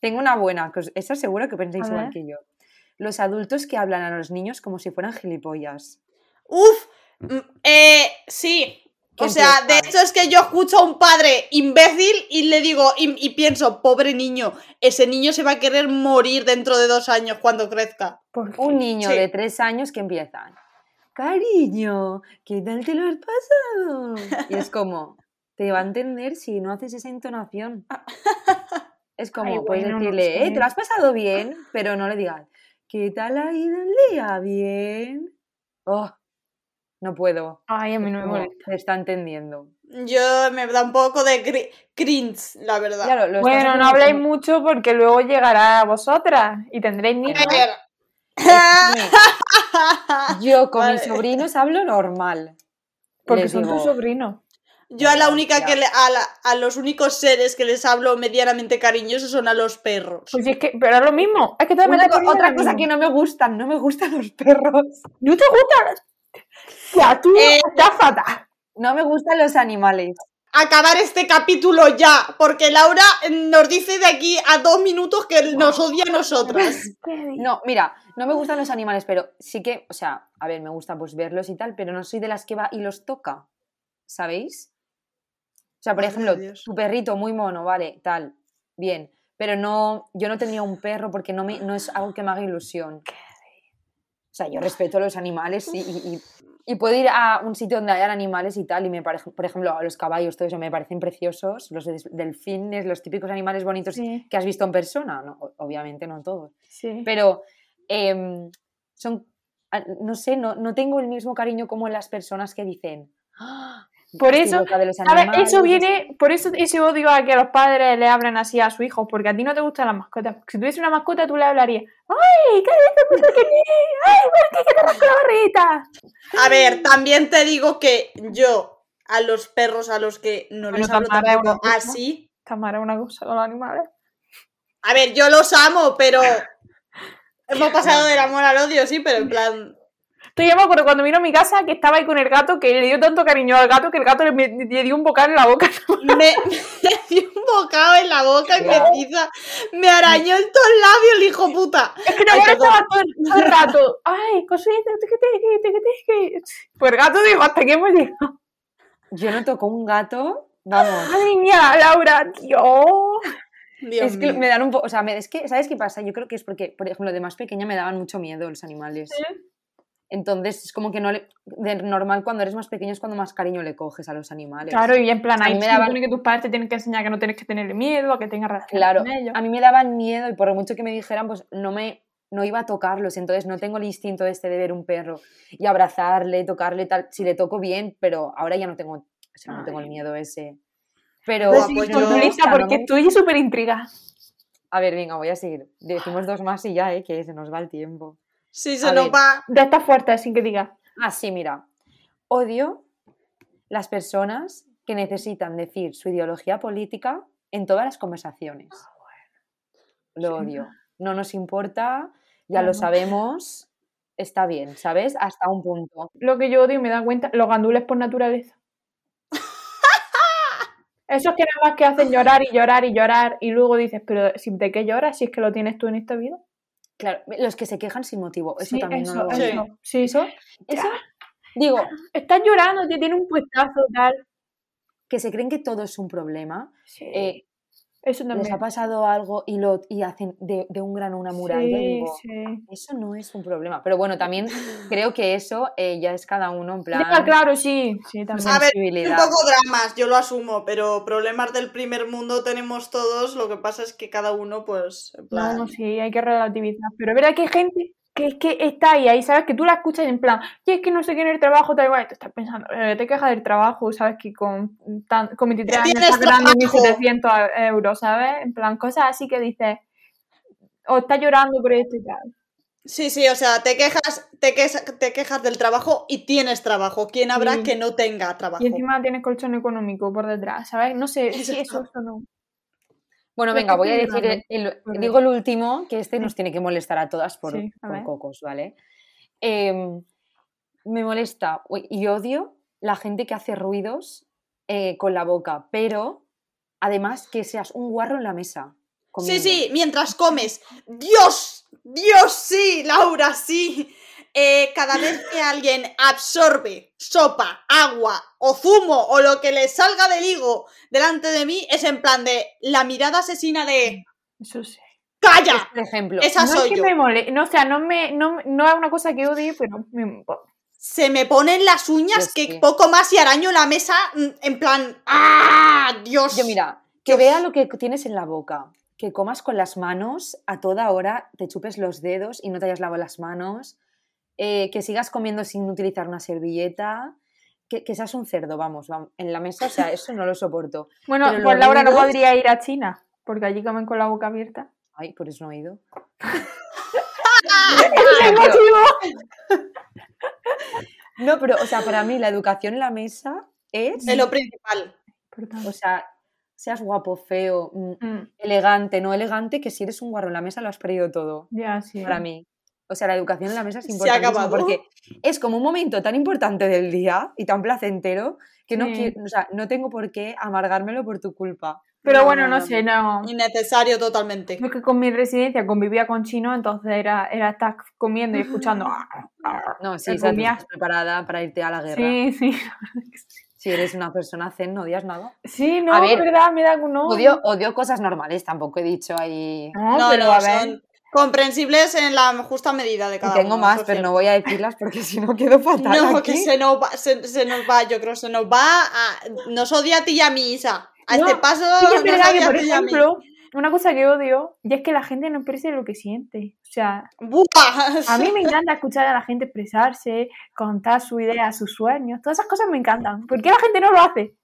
Speaker 4: Tengo una buena, que os- esa seguro que
Speaker 2: A
Speaker 4: pensáis igual
Speaker 2: ver.
Speaker 4: que yo. Los adultos que hablan a los niños como si fueran gilipollas.
Speaker 5: Uf. mm, Eh, sí. O
Speaker 4: ¿Quién
Speaker 5: sea, de
Speaker 4: piensa?
Speaker 5: hecho es que yo escucho a un padre imbécil y le digo, y, y pienso, pobre niño, ese niño se va a querer morir dentro de dos años cuando crezca.
Speaker 2: ¿Por qué?
Speaker 4: Un niño
Speaker 5: Sí.
Speaker 4: de tres años que empiezan. Cariño, ¿qué tal te lo has pasado? Y es como, te va a entender si no haces esa entonación. Es como,
Speaker 2: Ay,
Speaker 4: puedes
Speaker 2: bueno, no
Speaker 4: decirle,
Speaker 2: sé.
Speaker 4: "Eh, te lo has pasado bien, pero no le digas, ¿qué tal ha ido el día? Bien. Oh, no puedo.
Speaker 2: Ay, a mí no me
Speaker 4: Como,
Speaker 2: molesta.
Speaker 4: te está entendiendo.
Speaker 5: Yo me da un poco de gri- cringe, la verdad.
Speaker 4: Claro, lo estás
Speaker 2: Bueno,
Speaker 4: haciendo
Speaker 2: no habléis
Speaker 4: como-
Speaker 2: mucho porque luego llegará a vosotras y tendréis niños.
Speaker 5: A ver.
Speaker 4: Yo con mis
Speaker 5: Vale.
Speaker 4: sobrinos hablo normal.
Speaker 2: Porque
Speaker 4: Les
Speaker 2: son
Speaker 4: digo,
Speaker 2: tus sobrinos.
Speaker 5: Yo a la
Speaker 4: Ya,
Speaker 5: única
Speaker 4: ya.
Speaker 5: que le, a, la- a los únicos seres que les hablo medianamente cariñosos son a los perros.
Speaker 2: Pues si es que, pero es lo mismo. Es que te
Speaker 4: Una
Speaker 2: metes
Speaker 4: co-
Speaker 2: con
Speaker 4: otra
Speaker 2: ella
Speaker 4: cosa que
Speaker 2: mismo.
Speaker 4: no me gustan, no me gustan los perros.
Speaker 2: no te gusta. Ya, tú
Speaker 5: Eh,
Speaker 2: estás fatal.
Speaker 4: No me gustan los animales.
Speaker 5: Acabar este capítulo ya, porque Laura nos dice de aquí a dos minutos que nos odia a nosotras.
Speaker 4: No, mira, no me gustan los animales, pero sí que, o sea, a ver, me gusta pues verlos y tal, pero no soy de las que va y los toca. ¿Sabéis? O sea, por
Speaker 5: Madre de
Speaker 4: ejemplo,
Speaker 5: Dios.
Speaker 4: tu perrito muy mono, vale, tal, bien. Pero no, yo no tenía un perro porque no, me, no es algo que me haga ilusión. O sea, yo respeto a los animales sí, y, y- y puedo ir a un sitio donde hayan animales y tal, y me parece, por ejemplo, a los caballos, todo eso me parecen preciosos, los des- delfines, los típicos animales bonitos
Speaker 2: Sí,
Speaker 4: que has visto en persona, no, o- obviamente no todos,
Speaker 2: sí.
Speaker 4: pero em, son, a- no sé, no, no tengo el mismo cariño como en las personas que dicen. "Ah,
Speaker 2: Por
Speaker 4: estoy
Speaker 2: eso,
Speaker 4: loca de los
Speaker 2: ¿Sabes? Eso
Speaker 4: animales".
Speaker 2: viene, por eso ese odio a que los padres le hablen así a su hijo, porque a ti no te gustan las mascotas. Si tuviese una mascota, tú le hablarías, ¡ay, qué lindo, puto que eres! ¡Ay, por qué que te rasco la barrita!
Speaker 5: A ver, también te digo que yo a los perros a los que no
Speaker 2: Bueno,
Speaker 5: les hablo
Speaker 2: Tamara es una
Speaker 5: tampoco Ah,
Speaker 2: cosa.
Speaker 5: así.
Speaker 2: Tamara, una cosa con los animales.
Speaker 5: A ver, yo los amo, pero hemos pasado del amor al odio, sí, pero en plan.
Speaker 2: Tú ya me acuerdo cuando vino a mi casa que estaba ahí con el gato, que le dio tanto cariño al gato que el gato le, me- le dio un bocado en la boca.
Speaker 5: Me, me dio un bocado en la boca y me
Speaker 4: Ya.
Speaker 5: tiza- Me arañó en todos labios el hijo puta.
Speaker 2: Es que
Speaker 5: Ay,
Speaker 2: Tamara
Speaker 5: perdón.
Speaker 2: estaba todo, el- todo el rato, ¡ay, cosita, te, te, te, te, Pues el gato dijo, ¿hasta qué hemos llegado?
Speaker 4: Yo no toco un gato, vamos.
Speaker 2: ¡Madre mía, Laura, Dios!
Speaker 5: Dios
Speaker 4: es que
Speaker 5: mío.
Speaker 4: me dan un poco, o sea, me- es que, ¿sabes qué pasa? Yo creo que es porque, por ejemplo, de más pequeña me daban mucho miedo los animales. Entonces es como que no le, de normal cuando eres más pequeño es cuando más cariño le coges a los animales.
Speaker 2: Claro, y en plan,
Speaker 4: A
Speaker 2: ahí
Speaker 4: mí me
Speaker 2: me
Speaker 4: daba-
Speaker 2: que tus padres te tienen que enseñar que no tienes que tener miedo, a que tengas relación
Speaker 4: Claro,
Speaker 2: con ellos.
Speaker 4: a mí me daban miedo y por mucho que me dijeran, pues no me no iba a tocarlos, entonces no tengo el instinto este de ver un perro y abrazarle, tocarle tal, si le toco bien, pero ahora ya no tengo, o sea, no tengo el miedo ese. Pero
Speaker 5: Guau, pues
Speaker 2: Por
Speaker 5: yo-
Speaker 2: tu lista,
Speaker 4: no me
Speaker 2: porque estoy súper intrigada.
Speaker 4: A ver, venga, voy a seguir. Decimos dos más y ya, eh, que se nos va el tiempo.
Speaker 5: Sí,
Speaker 4: A
Speaker 5: se nos
Speaker 4: ver.
Speaker 5: va.
Speaker 2: De estas fuertes, sin que digas.
Speaker 4: Ah, sí, mira. Odio las personas que necesitan decir su ideología política en todas las conversaciones. Lo
Speaker 2: Sí.
Speaker 4: odio. Ah, No nos importa, ya lo
Speaker 2: Claro.
Speaker 4: sabemos. Está bien, ¿sabes? Hasta un punto.
Speaker 2: Lo que yo odio y me da cuenta, los gandules por naturaleza. Esos que nada más que hacen llorar y llorar y llorar, y luego dices, pero si- ¿de qué lloras si es que lo tienes tú en esta vida?
Speaker 4: Claro, los que se quejan sin motivo, eso
Speaker 2: Sí,
Speaker 4: también no lo
Speaker 5: eso.
Speaker 4: odio.
Speaker 2: Sí, eso.
Speaker 4: Eso, digo,
Speaker 2: Estás llorando, te tiene un puestazo, tal.
Speaker 4: que se creen que todo es un problema. eh,
Speaker 2: eso
Speaker 4: les
Speaker 2: también.
Speaker 4: ha pasado algo y, lo, y hacen de, de un grano una muralla. y
Speaker 2: Sí,
Speaker 4: digo,
Speaker 2: sí.
Speaker 4: Eso no es un problema. Pero bueno, también creo que eso eh, ya es cada uno en plan.
Speaker 2: Deja claro, sí. Sí,
Speaker 4: su
Speaker 2: también.
Speaker 5: A ver, Un
Speaker 4: sensibilidad.
Speaker 5: poco dramas, yo lo asumo, pero problemas del primer mundo tenemos todos, lo que pasa es que cada uno, pues, en
Speaker 2: No,
Speaker 5: plan...
Speaker 2: no, sí, hay que relativizar. Pero es verdad que hay gente que es que está ahí, ahí, ¿sabes? Que tú la escuchas en plan, y es que no sé qué en el trabajo, tal igual. Y tú estás pensando, eh, te quejas del trabajo, ¿sabes? Que con, tan, con 23 años
Speaker 5: tienes
Speaker 2: estás ganando
Speaker 5: trabajo.
Speaker 2: 1700 euros, ¿sabes? En plan, cosas así que dices, o estás llorando por esto y tal.
Speaker 5: Sí, sí, o sea, te quejas, te, quejas, te quejas del trabajo y tienes trabajo. ¿Quién habrá
Speaker 2: Sí.
Speaker 5: que no tenga trabajo?
Speaker 2: Mm. Y encima tienes colchón económico por detrás, ¿sabes? No sé, sí,
Speaker 5: Exacto.
Speaker 2: eso, eso no.
Speaker 4: Bueno, venga, voy a decir. El, el- digo el último, que este nos tiene que molestar a todas por,
Speaker 2: Sí, a
Speaker 4: por
Speaker 2: ver.
Speaker 4: cocos, ¿vale? Em, me molesta o- y odio la gente que hace ruidos eh, con la boca, pero además que seas un guarro en la mesa.
Speaker 5: Sí,
Speaker 4: comiendo.
Speaker 5: sí, mientras comes. ¡Dios! ¡Dios sí, Laura, sí! Eh, cada vez que alguien absorbe sopa, agua o zumo o lo que le salga del higo delante de mí, es en plan de la mirada asesina de
Speaker 2: Eso sí.
Speaker 4: Es,
Speaker 5: ¡Calla!
Speaker 4: por ejemplo,
Speaker 5: Esa
Speaker 2: no
Speaker 5: soy
Speaker 2: es que
Speaker 5: yo.
Speaker 2: me mole, no, o sea, no, me, no, no es una cosa que odie, pero me-
Speaker 5: Se me ponen las uñas
Speaker 4: Yo
Speaker 5: que
Speaker 4: sí.
Speaker 5: poco más y araño la mesa mm, en plan ¡Ah! ¡Dios!
Speaker 4: Yo mira, que
Speaker 5: Dios.
Speaker 4: vea lo que tienes en la boca, que comas con las manos a toda hora, te chupes los dedos y no te hayas lavado las manos, eh, que sigas comiendo sin utilizar una servilleta, que, que seas un cerdo, vamos, vam- en la mesa, o sea, eso no lo soporto.
Speaker 2: Bueno,
Speaker 4: Pero
Speaker 2: pues
Speaker 4: los
Speaker 2: Laura no
Speaker 4: ruidos-
Speaker 2: podría ir a China, porque allí comen con la boca abierta.
Speaker 4: Ay, por eso no he ido.
Speaker 2: ¡Qué
Speaker 4: pero-
Speaker 2: motivo!
Speaker 4: No, pero, o sea, para mí la educación en la mesa es,
Speaker 5: Es lo principal.
Speaker 2: Por tanto,
Speaker 4: o sea, seas guapo, feo, mm,
Speaker 2: mm,
Speaker 4: elegante, no elegante, que si eres un guarro en la mesa lo has perdido todo.
Speaker 2: Ya, sí.
Speaker 4: para mí. O sea, la educación en la mesa es
Speaker 5: Se ha
Speaker 4: importantísima
Speaker 5: acabado.
Speaker 4: porque es como un momento tan importante del día y tan placentero que no,
Speaker 2: Sí.
Speaker 4: quiero, o sea, no tengo por qué amargármelo por tu culpa.
Speaker 2: Pero
Speaker 5: No,
Speaker 2: bueno,
Speaker 5: no,
Speaker 2: no,
Speaker 5: no,
Speaker 2: sé, no.
Speaker 5: Innecesario totalmente.
Speaker 2: Yo es que con mi residencia convivía con chino, entonces era, era estar comiendo y escuchando. Ah,
Speaker 4: No,
Speaker 2: Te
Speaker 4: sí, sabes,
Speaker 2: comías.
Speaker 4: estás preparada para irte a la guerra.
Speaker 2: sí, sí.
Speaker 4: Si eres una persona zen, no odias nada.
Speaker 2: Sí, no,
Speaker 4: A ver,
Speaker 2: es verdad, me da un no.
Speaker 4: Odio, odio cosas normales, tampoco he dicho ahí.
Speaker 2: No,
Speaker 5: No,
Speaker 2: pero
Speaker 5: no,
Speaker 2: a ver.
Speaker 5: son comprensibles en la justa medida de
Speaker 4: Y
Speaker 5: cada
Speaker 4: tengo
Speaker 5: uno,
Speaker 4: más,
Speaker 5: eso es
Speaker 4: pero no
Speaker 5: cierto.
Speaker 4: voy a decirlas porque si no quedo fatal.
Speaker 5: No,
Speaker 4: aquí.
Speaker 5: que se nos, va, se, se nos va, yo creo, se nos va a... Nos odia a ti y a mí, Isa. A
Speaker 2: No,
Speaker 5: este paso
Speaker 2: Sí que es
Speaker 5: nos
Speaker 2: verdad que,
Speaker 5: odia a
Speaker 2: por
Speaker 5: ti y a mí.
Speaker 2: ejemplo, una cosa que odio y es que la gente no exprese lo que siente. O sea,
Speaker 5: Buah.
Speaker 2: A mí me encanta escuchar a la gente expresarse, contar su idea, sus sueños, todas esas cosas me encantan. ¿Por qué la gente no lo hace?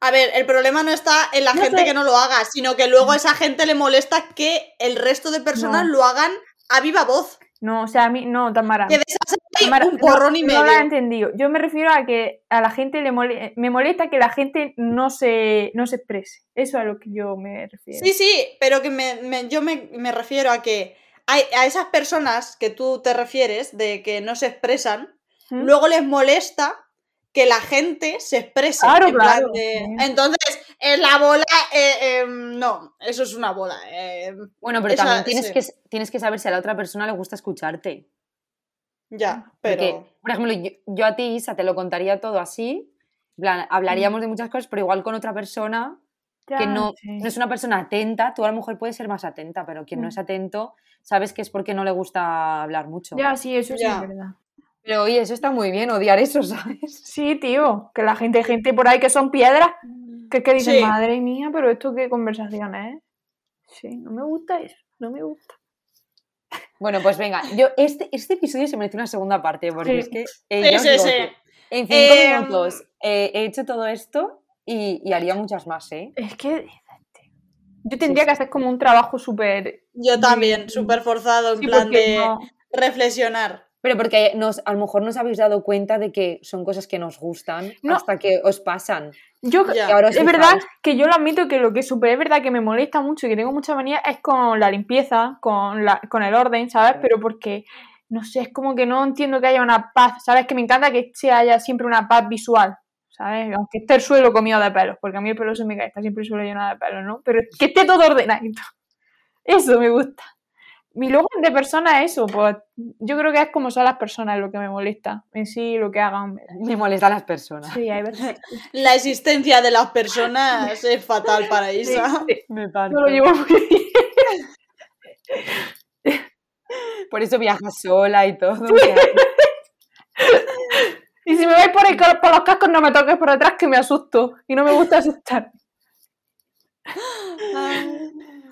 Speaker 5: A ver, el problema no está en la
Speaker 2: No
Speaker 5: gente
Speaker 2: sé.
Speaker 5: que no lo haga, sino que luego a esa gente le molesta que el resto de personas
Speaker 2: No.
Speaker 5: lo hagan a viva voz.
Speaker 2: No, o sea, a mí no, Tamara.
Speaker 5: Que de esas hay
Speaker 2: Tamara,
Speaker 5: un porrón y
Speaker 2: no,
Speaker 5: medio.
Speaker 2: No la he entendido. Yo me refiero a que a la gente le mole- me molesta que la gente no se, no se exprese. Eso es a lo que yo me refiero.
Speaker 5: Sí, sí, pero que me, me- yo me, me refiero a que hay, a esas personas que tú te refieres, de que no se expresan,
Speaker 2: ¿Mm?
Speaker 5: luego les molesta que la gente se exprese.
Speaker 2: Claro,
Speaker 5: en plan
Speaker 2: claro,
Speaker 5: de-
Speaker 2: sí.
Speaker 5: Entonces, eh, la bola, eh, em, no, eso es una bola. eh,
Speaker 4: Bueno, pero
Speaker 5: Esa-
Speaker 4: también tienes,
Speaker 5: sí.
Speaker 4: que, tienes que saber si a la otra persona le gusta escucharte.
Speaker 5: ya, pero...
Speaker 4: Porque, por ejemplo, yo, yo a ti, Isa, te lo contaría todo así. en plan, hablaríamos de muchas cosas, pero igual con otra persona
Speaker 2: Ya,
Speaker 5: Ah,
Speaker 4: que no,
Speaker 2: sí.
Speaker 4: no es una persona atenta. Tú a lo mejor puedes ser más atenta, pero quien no
Speaker 2: Mm.
Speaker 4: es atento, sabes que es porque no le gusta hablar mucho.
Speaker 2: Ya, sí, eso sí
Speaker 5: Ya.
Speaker 2: es verdad.
Speaker 4: Pero oye, eso está muy bien, odiar eso, ¿sabes?
Speaker 2: Sí, tío, que la gente, hay gente por ahí que son piedras, que es que dicen,
Speaker 5: Mm, Sí.
Speaker 2: madre mía, pero esto qué conversación es. Sí, no me gusta eso, no me gusta.
Speaker 4: Bueno, pues venga, yo este, este episodio se merece una segunda parte, porque
Speaker 2: Sí.
Speaker 4: es que eh,
Speaker 5: Sí,
Speaker 4: ya os
Speaker 5: sí,
Speaker 4: digo
Speaker 5: sí.
Speaker 4: que en cinco
Speaker 5: Em,
Speaker 4: minutos eh, he hecho todo esto y, y haría muchas más, ¿eh?
Speaker 2: Es que yo tendría que hacer como un trabajo súper...
Speaker 5: Yo también, súper forzado, en
Speaker 2: Sí,
Speaker 5: plan
Speaker 2: porque
Speaker 5: de
Speaker 2: no.
Speaker 5: reflexionar.
Speaker 4: Pero porque nos, a lo mejor nos habéis dado cuenta de que son cosas que nos gustan
Speaker 2: No.
Speaker 4: hasta que os pasan.
Speaker 2: Yo,
Speaker 5: Ya.
Speaker 4: Y ahora os
Speaker 2: es
Speaker 4: fijáis.
Speaker 2: verdad que yo lo admito que lo que súper es verdad que me molesta mucho y que tengo mucha manía es con la limpieza, con, la, con el orden, ¿sabes? Pero porque, no sé, es como que no entiendo que haya una paz, ¿sabes? Que me encanta que se haya siempre una paz visual, ¿sabes? Aunque esté el suelo comido de pelos, porque a mí el pelo se me cae, está siempre el suelo lleno de pelos, ¿no? Pero que esté todo ordenadito. Eso me gusta. Mi luego de persona es eso, pues yo creo que es como son las personas lo que me molesta, en sí lo que hagan.
Speaker 4: Me molestan las personas.
Speaker 2: Sí, hay veces.
Speaker 5: La existencia de las personas es fatal para
Speaker 2: Sí,
Speaker 5: Isa.
Speaker 2: sí,
Speaker 4: Me
Speaker 2: no lo llevo muy bien.
Speaker 4: Por eso viajas sola y todo.
Speaker 2: Y si me vais por, el, ca- por los cascos, no me toques por atrás que me asusto. Y no me gusta asustar.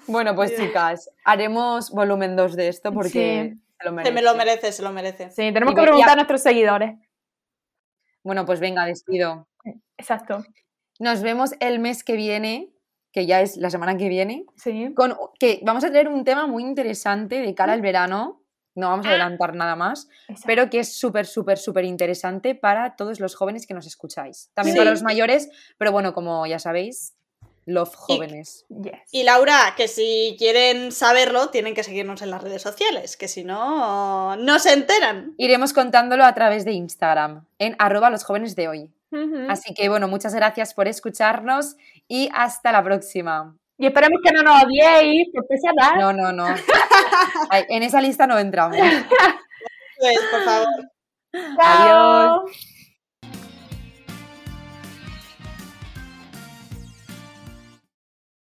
Speaker 4: Bueno, pues
Speaker 5: Dios.
Speaker 4: chicas, haremos volumen 2 de esto porque se lo
Speaker 5: Se me
Speaker 4: merece.
Speaker 5: lo merece, se lo merece.
Speaker 2: Sí, tenemos
Speaker 4: Y
Speaker 2: que
Speaker 4: ve-
Speaker 2: preguntar
Speaker 4: ya.
Speaker 2: a nuestros seguidores.
Speaker 4: Bueno, pues venga, despido.
Speaker 2: Exacto.
Speaker 4: Nos vemos el mes que viene, que ya es la semana que viene,
Speaker 2: Sí.
Speaker 4: con que vamos a tener un tema muy interesante de
Speaker 2: ¿Mm?
Speaker 4: cara al verano. No vamos a
Speaker 2: Ah.
Speaker 4: adelantar nada más,
Speaker 2: exacto.
Speaker 4: pero que es súper, súper, súper interesante para todos los jóvenes que nos escucháis. También
Speaker 5: Sí.
Speaker 4: para los mayores, pero bueno, como ya sabéis, love
Speaker 5: Y-
Speaker 4: jóvenes.
Speaker 2: Yes.
Speaker 5: Y Laura, que si quieren saberlo, tienen que seguirnos en las redes sociales, que si no, no se enteran.
Speaker 4: Iremos contándolo a través de Instagram, en arroba los jóvenes de hoy.
Speaker 2: Ujú.
Speaker 4: Así que bueno, muchas gracias por escucharnos y hasta la próxima.
Speaker 2: Y esperemos que no nos odiéis, porque se va.
Speaker 4: No, no, no. Ay, en esa lista no entramos.
Speaker 5: Pues, por favor.
Speaker 2: Chao.
Speaker 4: adiós.